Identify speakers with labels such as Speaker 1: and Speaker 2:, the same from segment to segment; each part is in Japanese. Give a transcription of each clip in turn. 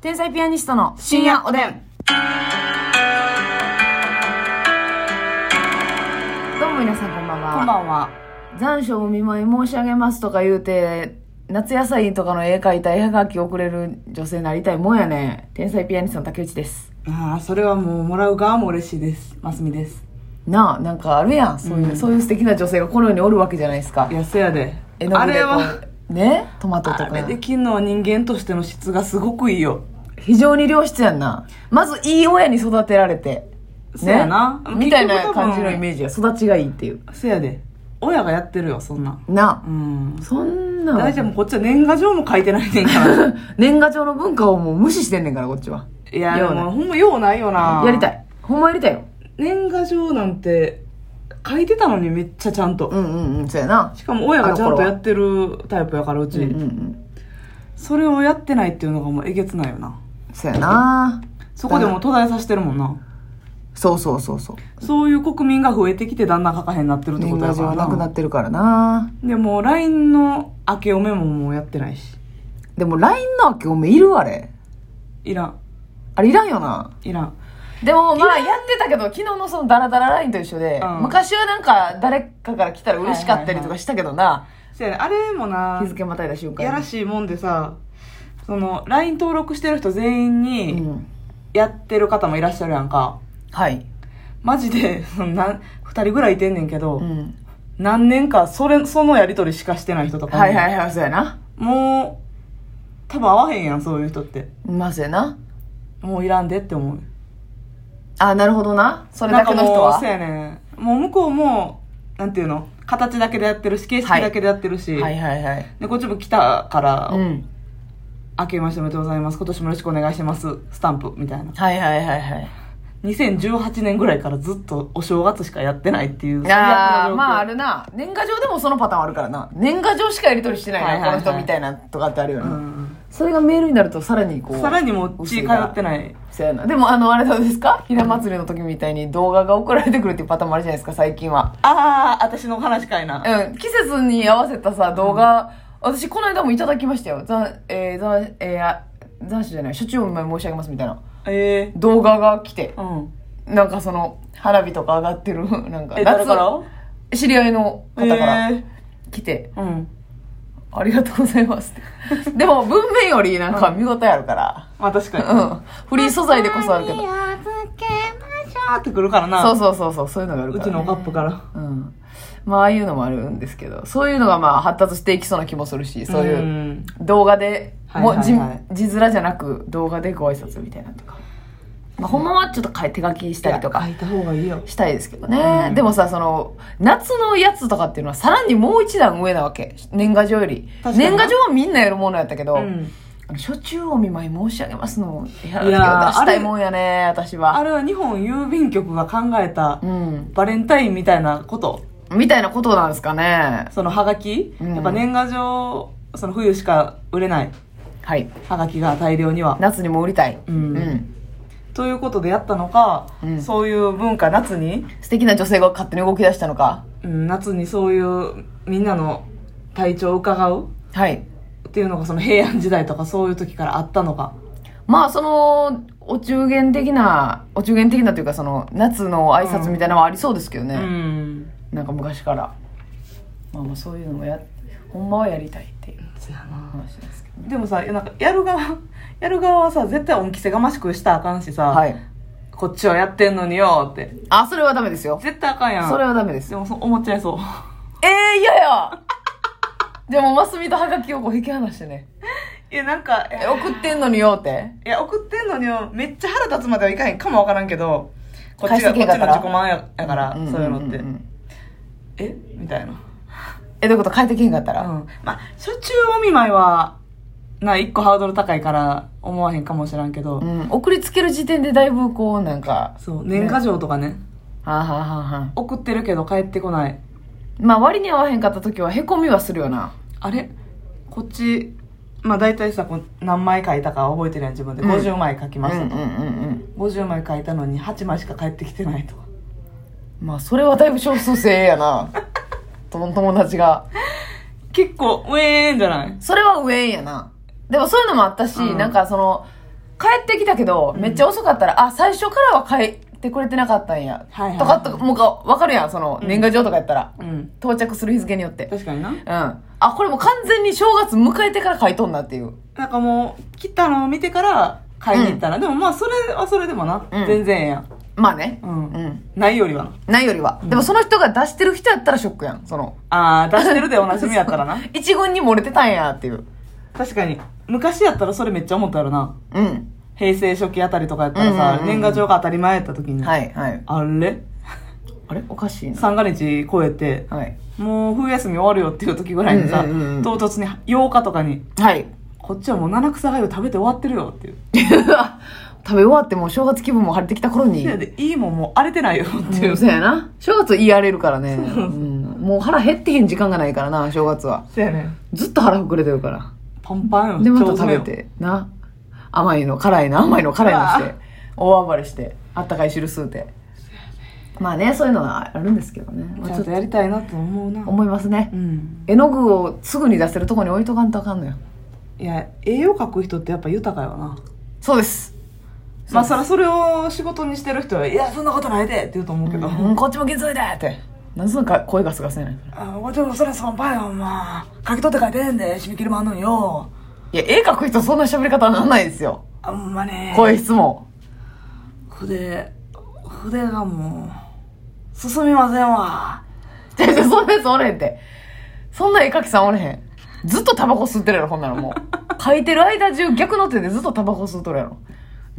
Speaker 1: 天才ピアニストの深夜おでん。どうも皆さんこんばんは。
Speaker 2: こんばんは。
Speaker 1: 残暑お見舞い申し上げますとか言うて、夏野菜とかの絵描いた絵はがき送れる女性になりたいもんやね。天才ピアニストの竹内です。
Speaker 2: ああ、それはもうもらう側も嬉しいです。ますみです。
Speaker 1: なあ、なんかあるやん。そういう、そういう素敵な女性がこの世におるわけじゃないですか
Speaker 2: い。や、せやで。
Speaker 1: 絵の
Speaker 2: あ
Speaker 1: 具で
Speaker 2: れ
Speaker 1: こう
Speaker 2: は、
Speaker 1: ねトマトと
Speaker 2: あ
Speaker 1: か
Speaker 2: れできんのは人間としての質がすごくいいよ。
Speaker 1: 非常に良質やんなまずいい親に育てられて
Speaker 2: そうやな
Speaker 1: みたいな
Speaker 2: 結局多分
Speaker 1: 感じのイメージや育ちがいいっていう
Speaker 2: せやで。親がやってるよ、そんなん。
Speaker 1: な
Speaker 2: うん。
Speaker 1: そんな
Speaker 2: 大丈夫、こっちは年賀状も書いてないねん から。
Speaker 1: 年賀状の文化をもう無視してんねんからこっちはい
Speaker 2: や、で
Speaker 1: ようね
Speaker 2: もほんまようないよな。
Speaker 1: やりた
Speaker 2: い。
Speaker 1: いほんまやりたいよ
Speaker 2: 年賀状なんて、書いてたのにめっちゃちゃんと。
Speaker 1: うんうんうんそうやな
Speaker 2: しかも親がちゃんとやってるタイプやから、う
Speaker 1: うんうんう
Speaker 2: ち。
Speaker 1: ん
Speaker 2: それをやってないっていうのがもうえげつないよな。
Speaker 1: そうやな
Speaker 2: そこでもう途絶えさせてるもんな。
Speaker 1: そうそうそうそう
Speaker 2: そういう国民が増えてきて旦那書かへんなってるってこ
Speaker 1: 年
Speaker 2: と
Speaker 1: 賀
Speaker 2: やか
Speaker 1: 状
Speaker 2: ら
Speaker 1: な
Speaker 2: な。
Speaker 1: くなってるからな
Speaker 2: でも LINE の明けおめももうやってないし。
Speaker 1: でも LINE の明けおめいるあれ
Speaker 2: いらん。
Speaker 1: あれいらんよない
Speaker 2: らん。
Speaker 1: でもまあやってたけど昨日のそのダラダララインと一緒で、
Speaker 2: うん
Speaker 1: 昔はなんか誰かから来たら嬉しかったりとかしたけどな、
Speaker 2: せやね、あれもな
Speaker 1: 日、付またいだ瞬間
Speaker 2: やらしいもんでさ、その、LINE 登録してる人全員
Speaker 1: い
Speaker 2: に
Speaker 1: ん、
Speaker 2: やってる方もいらっしゃるやんか。
Speaker 1: はい、
Speaker 2: マジで、そんな、二人ぐらいいてんねんけど、
Speaker 1: うん、
Speaker 2: 何年か、それ、そのやりとりしかしてない人とかも
Speaker 1: はいはいはいそうやな
Speaker 2: もう、多分合わへんやん、そういう人って。
Speaker 1: まあそうやな
Speaker 2: もういらんでって思う。
Speaker 1: あなるほどなそれだけの人
Speaker 2: なんかもう
Speaker 1: は
Speaker 2: そうやねもう向こうもなんていうの形だけでやってるし形式だけでやってるし、
Speaker 1: はいはいはい
Speaker 2: でこっちも来たから、
Speaker 1: うん
Speaker 2: 明けましておめでとうございます今年もよろしくお願いしますスタンプみたいな
Speaker 1: はいはいはいはい
Speaker 2: 2018年ぐらいからずっとお正月しかやってないっていう
Speaker 1: あーまああ
Speaker 2: る
Speaker 1: るな年賀状でもそのパターンあるからな年賀状しかやり取りしてないな、
Speaker 2: はいはいはい
Speaker 1: この人みたいなとかってあるよな、それがメールになるとさらにこう
Speaker 2: さらにもう血通ってない
Speaker 1: そうやな。でも、あの、あれどうですかひな祭りの時みたいに動画が送られてくるっていうパターンもあるじゃないですか、最近は。
Speaker 2: ああ私の話かいな、
Speaker 1: うん。季節に合わせたさ、動画、私、この間もいただきましたよ。ざ、えー、ざ、えーあ、残暑じゃない、処置をお見舞い申し上げますみたいな。
Speaker 2: ええ
Speaker 1: 動画が来て、
Speaker 2: うん
Speaker 1: なんかその、花火とか上がってる、なんか、
Speaker 2: え誰から
Speaker 1: 知り合いの方から
Speaker 2: え
Speaker 1: 来て、
Speaker 2: えうん
Speaker 1: ありがとうございます って。でも、文面よりなんか見応えあるから、
Speaker 2: まあ確かに、
Speaker 1: うん。フリー素材でこそあるけど。
Speaker 2: あーってくるからな
Speaker 1: そうそうそうそう、そういうのがあるから、
Speaker 2: う
Speaker 1: ね。
Speaker 2: ちのカップから
Speaker 1: うん。まあ、ああいうのもあるんですけど、そういうのがまあ発達していきそうな気もするし、そういう
Speaker 2: うん
Speaker 1: 動画で、
Speaker 2: はい
Speaker 1: も
Speaker 2: は
Speaker 1: う
Speaker 2: い
Speaker 1: 字
Speaker 2: はい
Speaker 1: 字面じゃなく動画でご挨拶みたいなとか。まあ、ほんまはちょっとかい手書きしたりとか
Speaker 2: いた方がいいよ
Speaker 1: したいですけどね。
Speaker 2: うん
Speaker 1: でもさ、その、夏のやつとかっていうのはさらにもう一段上なわけ。年賀状より。
Speaker 2: 確かに
Speaker 1: 年賀状はみんなやるものやったけど、
Speaker 2: うん
Speaker 1: あの初中お見舞い申し上げますのをや
Speaker 2: いやー
Speaker 1: 出したいもんやね、私
Speaker 2: あ
Speaker 1: は。
Speaker 2: れは日本郵便局が考えた
Speaker 1: うん。
Speaker 2: バレンタインみたいなこと
Speaker 1: みたいなことなんですかね。
Speaker 2: そのハガキ、
Speaker 1: うん
Speaker 2: やっぱ年賀状その冬しか売れない
Speaker 1: はい。
Speaker 2: ハガキが大量には
Speaker 1: 夏にも売りたい。
Speaker 2: うん
Speaker 1: うん。
Speaker 2: ということでやったのか、
Speaker 1: うん
Speaker 2: そういう文化夏に、
Speaker 1: 素敵な女性が勝手に動き出したのか。
Speaker 2: うん、夏にそういうみんなの体調を伺う
Speaker 1: はい。
Speaker 2: っていうのがその平安時代とかそういう時からあったのか
Speaker 1: まあ、その、お中元的な、お中元的なというか、その、夏の挨拶みたいなのはありそうですけど
Speaker 2: う
Speaker 1: ね。
Speaker 2: ん
Speaker 1: なんか昔から。まあまあ、そういうのもや、ほんまはやりたいっていう
Speaker 2: そやな
Speaker 1: 話ですけど。
Speaker 2: でもさなんかやる側やる側はさ絶対恩着せがましくしたらあかんしさ、
Speaker 1: はい。
Speaker 2: こっちはやってんのによって
Speaker 1: あ、それはダメですよ。
Speaker 2: 絶対あかんやん
Speaker 1: それはダメです
Speaker 2: で
Speaker 1: よ。
Speaker 2: もそう思っちゃいそう
Speaker 1: ええー、嫌ややでも、ますみとはがきをこう引き離して ね。
Speaker 2: いやなんか
Speaker 1: え、送ってんのによって。
Speaker 2: いや送ってんのにはめっちゃ腹立つまではいかへんかもわからんけどこっ
Speaker 1: 返
Speaker 2: ちが
Speaker 1: してけ
Speaker 2: こ
Speaker 1: へ
Speaker 2: っ
Speaker 1: ん
Speaker 2: ち
Speaker 1: かったら
Speaker 2: の自己満ややから、
Speaker 1: んんんん
Speaker 2: そういうのって、えみたいな、
Speaker 1: え、どういうこと変えてけへんかったら。
Speaker 2: うんまあ初中お見舞いはな一個ハードル高いから思わへんかもしらんけど、
Speaker 1: うん、送りつける時点でだいぶこうなんか
Speaker 2: そう年賀状とかね
Speaker 1: はあ、はあはあはあ、
Speaker 2: 送ってるけど帰ってこない
Speaker 1: まあ割に合わへんかった時はへこみはするよな
Speaker 2: あれこっちまあ大体さこう何枚書いたか覚えてるやん自分で、
Speaker 1: うん
Speaker 2: 50枚書き
Speaker 1: う
Speaker 2: ましたと、
Speaker 1: んうん
Speaker 2: 50枚書いたのに8枚しか返ってきてないと
Speaker 1: まあそれはだいぶ少数精鋭やな と友達が
Speaker 2: 結構ウェーンじゃない
Speaker 1: それは上やなでもそういうのもあったし、
Speaker 2: うん
Speaker 1: なんかその帰ってきたけど、めっちゃ遅かったら、あ、最初からは帰ってくれてなかったんや。
Speaker 2: はいはい
Speaker 1: とか、とかもうか、わかるやん、その、年賀状とかやったら。
Speaker 2: うん。
Speaker 1: 到着する日付によって。
Speaker 2: 確かにな。
Speaker 1: うん。あ、これもう完全に正月迎えてから書いとんなっていう。
Speaker 2: なんかもう、来たのを見てから買いに行ったら、でもまあ、それはそれでもな、
Speaker 1: うん
Speaker 2: 全然ええやん。
Speaker 1: まあね。
Speaker 2: うん。
Speaker 1: うん。
Speaker 2: ないよりはな。
Speaker 1: ないよりは。でもその人が出してる人やったらショックやん、その。
Speaker 2: あー、出してるでおなじみやったらな
Speaker 1: そう。。 一軍に漏れてたんやっていう。
Speaker 2: 確かに。昔やったらそれめっちゃ思ったやろな。
Speaker 1: うん。
Speaker 2: 平成初期あたりとかやったら
Speaker 1: うんうん
Speaker 2: さ
Speaker 1: う、ん
Speaker 2: 年賀状が当たり前やった時に、
Speaker 1: はい、はい。
Speaker 2: あれ
Speaker 1: あれおかしいな。
Speaker 2: 三が日超えて、
Speaker 1: はい。
Speaker 2: もう冬休み終わるよっていう時ぐらいにさ、
Speaker 1: うんうんうんうん
Speaker 2: 唐突に8日とかに、
Speaker 1: はい。
Speaker 2: こっちはもう七草がゆ食べて終わってるよっていう。
Speaker 1: 食べ終わってもう正月気分も晴れてきた頃に
Speaker 2: せ。やで、いいもんもう荒れてないよっていうう。
Speaker 1: んそうやな。正月言い荒れるからね。うん。もう腹減ってへん時間がないからな、正月は。
Speaker 2: せやね。
Speaker 1: ずっと腹膨れてるから。
Speaker 2: パンパンよ。
Speaker 1: で、また
Speaker 2: 腸
Speaker 1: 食
Speaker 2: 詰め
Speaker 1: べ
Speaker 2: よ。
Speaker 1: て、な。甘いの、辛いの、甘いの、辛いのし
Speaker 2: う
Speaker 1: て、大暴れして、あったかい汁吸うて。まあね、そういうのはあるんですけどね。まあ
Speaker 2: ち
Speaker 1: ち
Speaker 2: ゃ
Speaker 1: ょ
Speaker 2: ん
Speaker 1: っ
Speaker 2: と
Speaker 1: と
Speaker 2: やりたいなと思うな。
Speaker 1: 思いますね
Speaker 2: う。ん。
Speaker 1: 絵の具をすぐに出せるとこに置いとかんとあかんのよ。
Speaker 2: いや、栄養描く人ってやっぱ豊かよな。
Speaker 1: そうです。
Speaker 2: まあ、そらそれを仕事にしてる人は、いや、そんなことないでって言うと思うけど。
Speaker 1: うん、こっちも月曜だって。なんそのか声がすがせないの
Speaker 2: あもちろんそれはそんぱいよ、まあ。書き取って書いてんで、締め切りもあんのによ。
Speaker 1: いや、絵描く人そんな喋り方なんないですよ。
Speaker 2: あんまね
Speaker 1: 声質も。
Speaker 2: 筆、筆がもう、進みませんわ。
Speaker 1: じゃじゃそんなやつおれへんって。そんな絵描きさんおれへん。ずっとタバコ吸ってるやろ、ほんならもう。描いてる間中逆の手でずっとタバコ吸っとるやろ。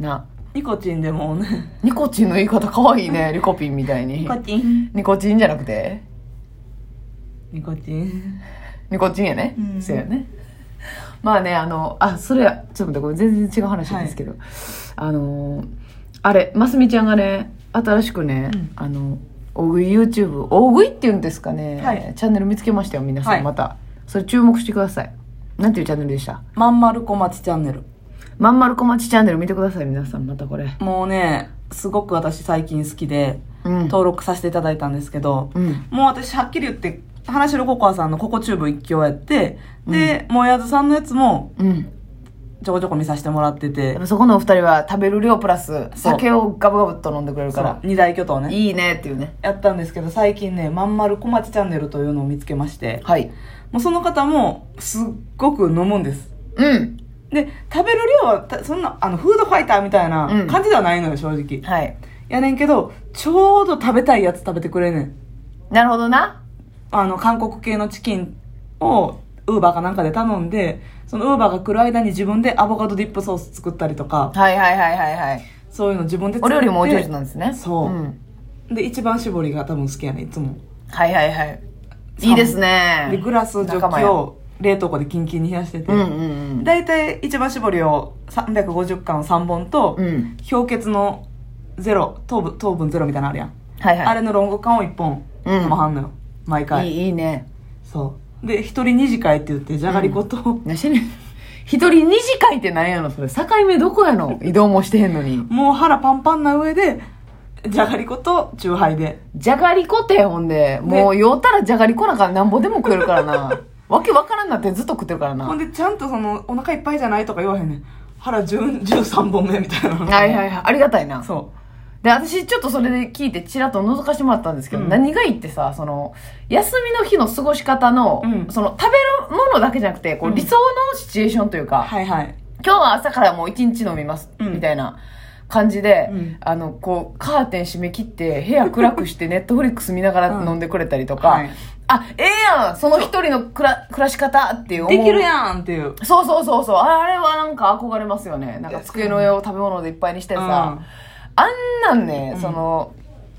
Speaker 1: な。
Speaker 2: ニコチンでもうね。
Speaker 1: ニコチンの言い方可愛いね、リコピンみたいに。
Speaker 2: チン。
Speaker 1: ニコチンじゃなくて
Speaker 2: ニコチン。
Speaker 1: ニコチンやね。
Speaker 2: うん
Speaker 1: そうやね。まあね、あの、あ、それ、ちょっと待って、これ全然違う話なんですけど。あのー、あれ、ますみちゃんがね、新しくね、
Speaker 2: うん
Speaker 1: あの、大食い YouTube、大食いって言うんですかね、
Speaker 2: はい
Speaker 1: チャンネル見つけましたよ、皆さん、
Speaker 2: はい
Speaker 1: また。それ注目してください。なんていうチャンネルでした
Speaker 2: まんまるこまちチャンネル。
Speaker 1: まんまるこまちチャンネル見てください、皆さん、またこれ。
Speaker 2: もうね、すごく私最近好きで、
Speaker 1: うん。
Speaker 2: 登録させていただいたんですけど、
Speaker 1: うん。
Speaker 2: もう私はっきり言って、話のココアさんのココチューブ一強やって、で、もやずさんのやつも
Speaker 1: うん。
Speaker 2: ちょこちょこ見させてもらってて、
Speaker 1: そこのお二人は食べる量プラス、
Speaker 2: そう
Speaker 1: 酒をガブガブっと飲んでくれる
Speaker 2: そ
Speaker 1: か
Speaker 2: う
Speaker 1: ら、
Speaker 2: 二大巨頭ね。
Speaker 1: いいねっていうね。
Speaker 2: やったんですけど、最近ね、まんまるこまちチャンネルというのを見つけまして、
Speaker 1: はい。
Speaker 2: もうその方も、すっごく飲むんです。
Speaker 1: うん。
Speaker 2: で、食べる量はた、そんな、あの、フードファイターみたいな
Speaker 1: うん
Speaker 2: 感じではないのよ、正直。
Speaker 1: はい。
Speaker 2: やねんけど、ちょうど食べたいやつ食べてくれんねん。
Speaker 1: なるほどな。
Speaker 2: あの、韓国系のチキンを、ウーバーかなんかで頼んで、そのウーバーが来る間に自分でアボカドディップソース作ったりとか、
Speaker 1: はいはいはいはいはい。
Speaker 2: そういうの自分で
Speaker 1: お
Speaker 2: 作って。
Speaker 1: 料理もお上手なんですね。
Speaker 2: そうんで、一番絞りが多分好きやねん、いつも。
Speaker 1: はいはいはい。いいですね。
Speaker 2: で、グラスジョッキ
Speaker 1: 仲
Speaker 2: を冷凍庫でキンキンに冷やしてて、
Speaker 1: 間や。うんうん
Speaker 2: 大体一番絞りを350缶を3本と、
Speaker 1: うん。うん。
Speaker 2: 氷結のゼロ糖分糖分ゼロみたいなのあるやん、
Speaker 1: はいはい。
Speaker 2: あれのロング缶を1本
Speaker 1: うん
Speaker 2: 飲まはんのよ、毎回
Speaker 1: いい、いいね。
Speaker 2: そうで1人2次会って言ってじゃがりこと、
Speaker 1: なしね。一人二次会ってなんやのそれ。境目どこやの移動もしてへんのに。
Speaker 2: もう腹パンパンな上でじゃがりことチューハイで
Speaker 1: じゃがりこって、ほんで。もう、酔ったらじゃがりこなんかなんぼでも食えるから な。わけわからんなってずっと食ってるからな。
Speaker 2: ほ
Speaker 1: は
Speaker 2: ん
Speaker 1: い
Speaker 2: でちゃんとそのお腹いっぱいじゃないとか言わへんねん腹10 13本目みたいな
Speaker 1: はいはい。ありがたいな。
Speaker 2: そ
Speaker 1: で、私ちょっとそれで聞いてちらっと覗かしてもらったんですけど、
Speaker 2: うん
Speaker 1: 何がいいってさ、その、休みの日の過ごし方の、
Speaker 2: うん
Speaker 1: その、食べるものだけじゃなくて、こ
Speaker 2: う
Speaker 1: うん理想のシチュエーションという
Speaker 2: う
Speaker 1: か、
Speaker 2: はいはい
Speaker 1: 今日は朝からもう一日飲みます、
Speaker 2: うん
Speaker 1: みたいな感じで、
Speaker 2: うん
Speaker 1: あの、こう、カーテン閉め切って、部屋暗く して、ネットフリックス見ながら
Speaker 2: うん
Speaker 1: 飲んでくれたりとか、
Speaker 2: はい
Speaker 1: あ、ええやんその一人の暮ら暮らし方っていう思う
Speaker 2: できるやんっていう
Speaker 1: そうそうそうそう。あれはなんか憧れますよね。なんか机の上を食べ物でいっぱいにしてさ。
Speaker 2: うん
Speaker 1: あんなんね、
Speaker 2: うん
Speaker 1: その、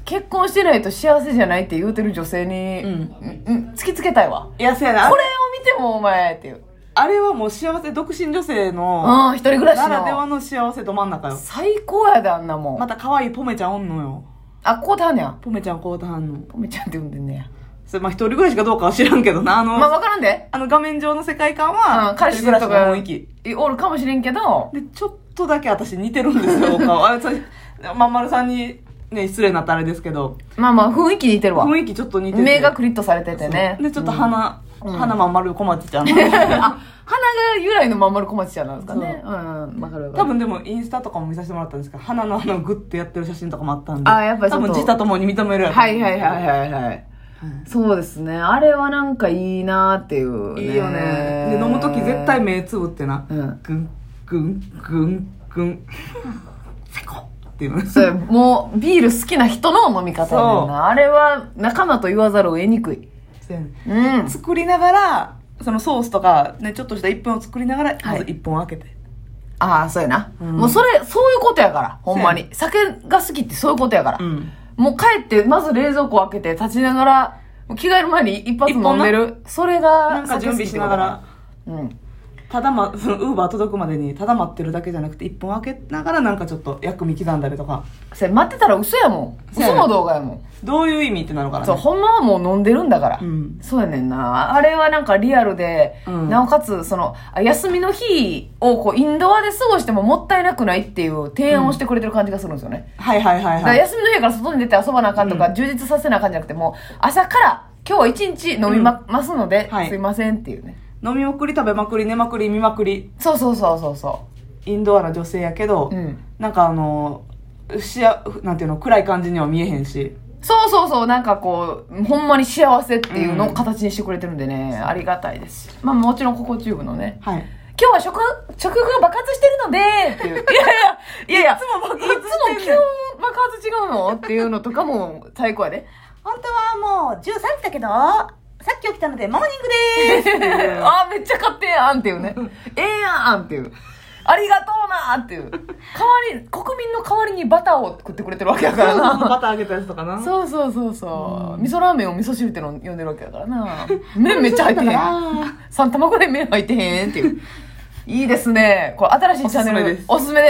Speaker 1: 結婚してないと幸せじゃないって言うてる女性に、
Speaker 2: うん
Speaker 1: うん突きつけたいわ。
Speaker 2: いやせや
Speaker 1: こ
Speaker 2: な
Speaker 1: れを見てもお前っていう。
Speaker 2: あれはもう幸せ独身女性の、
Speaker 1: うん、一人暮らし
Speaker 2: ならでは
Speaker 1: の。
Speaker 2: の幸せど真ん中よ
Speaker 1: 最高やで、あんなもん。
Speaker 2: また可愛いポメちゃんおんのよ
Speaker 1: あ、こうだねや。
Speaker 2: ポメちゃんこうたはんの
Speaker 1: ポメちゃんって呼んでんねや。
Speaker 2: それまあ一人暮らしかどうかは知らんけどなあの、
Speaker 1: まあ、わからんで。
Speaker 2: あの画面上の世界観
Speaker 1: う
Speaker 2: は
Speaker 1: ん、彼氏
Speaker 2: 一人
Speaker 1: と
Speaker 2: 暮ら
Speaker 1: か
Speaker 2: しの雰囲気
Speaker 1: おるかもしれんけど、
Speaker 2: でちょっとだけ私似てるんですよお顔 あそれまんまるさんにね失礼になったあれですけど
Speaker 1: まあまあ、雰囲気似てるわ。
Speaker 2: 雰囲気ちょっと似てて
Speaker 1: 目がクリッとされててね。
Speaker 2: そうでちょっと鼻、
Speaker 1: うん
Speaker 2: 花まん丸小町 ちゃ
Speaker 1: あ、
Speaker 2: ん。
Speaker 1: 花が由来のまんまる小町ちゃんなんですかね。うんうん、わかるわかる。
Speaker 2: 多分でもインスタとかも見させてもらったんですけど、花のあのグッてやってる写真とかもあったんで。
Speaker 1: あやっぱりちょ
Speaker 2: 多
Speaker 1: っと
Speaker 2: 分自他ともに認めるや ろ
Speaker 1: はいはいはいはいはい。
Speaker 2: は
Speaker 1: そうですね。あれはなんかいいなっていう、
Speaker 2: いいよね。で、飲むとき絶対。目つぶってな。
Speaker 1: うん。
Speaker 2: ぐん、ぐん、ぐん、ぐ ん。最高っていう。
Speaker 1: それ、もう、ビール好きな人の飲み方やねんな。あれは仲間と言わざるを得にくい。
Speaker 2: そうやね
Speaker 1: うん。
Speaker 2: 作りながら、そのソースとか、ね、ちょっとした一本を作りながら、
Speaker 1: はい
Speaker 2: まず一本開けて。
Speaker 1: ああ、そうやな。
Speaker 2: うん
Speaker 1: もうそれ、そういうことやから、ほんま
Speaker 2: そ
Speaker 1: に。酒が好きってそういうことやから。
Speaker 2: ん。
Speaker 1: もう帰って、まず冷蔵庫開けて、立ちながら、もう着替える前に一発飲んでる。それ
Speaker 2: な
Speaker 1: が
Speaker 2: んか
Speaker 1: 酒
Speaker 2: 準
Speaker 1: 好き
Speaker 2: 備
Speaker 1: っ
Speaker 2: してな
Speaker 1: こと
Speaker 2: が。
Speaker 1: やからら。うん。
Speaker 2: ただま、その、ウーバー届くまでに、ただ待ってるだけじゃなくて、一本開けながらなんかちょっと薬味刻んだりとか、
Speaker 1: それ待ってたら嘘やもん。
Speaker 2: そうや
Speaker 1: 嘘の
Speaker 2: ね
Speaker 1: 動画やもん。
Speaker 2: どういう意味ってなのかな、ね。
Speaker 1: そう、ほんまはもう飲んでるんだから。
Speaker 2: うん
Speaker 1: そうやねんな。あれはなんかリアルで、
Speaker 2: うん
Speaker 1: なおかつ、その、あ休みの日をこう、インドアで過ごしてももったいなくないっていう提案をしてくれてる感じがするんですよね。
Speaker 2: はいはいはい
Speaker 1: だから
Speaker 2: はい。
Speaker 1: 休みの日やから外に出て遊ばなあかんとか、
Speaker 2: う
Speaker 1: 充実させなあかんじゃなくても、朝から今日は一日飲みま,、ますので、
Speaker 2: はい
Speaker 1: すいませんっていうね。
Speaker 2: 飲みまくり、食べまくり、寝まくり、見まくり。
Speaker 1: そうそうそうそうそ
Speaker 2: インドアな女性やけど、
Speaker 1: う。うん。
Speaker 2: なんかあの、しや、なんていうの、暗い感じには見えへんし。
Speaker 1: そうそうそう、なんかこう、ほんまに幸せっていうのを形にしてくれてるんでね、ありがたいです。まあもちろんココチューブのね、
Speaker 2: はい。
Speaker 1: 今日は食、食が爆発してるので、っていう。いやいや、いやいや、いつも爆
Speaker 2: 発してんねん
Speaker 1: いつも基本爆発違うのっていうのとかも最高やで。
Speaker 2: 本当はもう13時だけど、さっき起きたのでモーニングで ー
Speaker 1: ああ、めっちゃ勝手やんっていうね。ええやんっていう。ありがとうなっていう。代わり、国民の代わりにバターを作ってくれてるわけやからな。
Speaker 2: バターあげたやつとかな。
Speaker 1: そうそうそうそう。味噌ラーメンを味噌汁っての呼んでるわけやから な。麺めっちゃ入ってへ
Speaker 2: だか
Speaker 1: ん。
Speaker 2: ら
Speaker 1: 3玉ぐらい麺入ってへんっていう。いいですね。これ新しいチャンネル
Speaker 2: おすすめです
Speaker 1: おすすめです。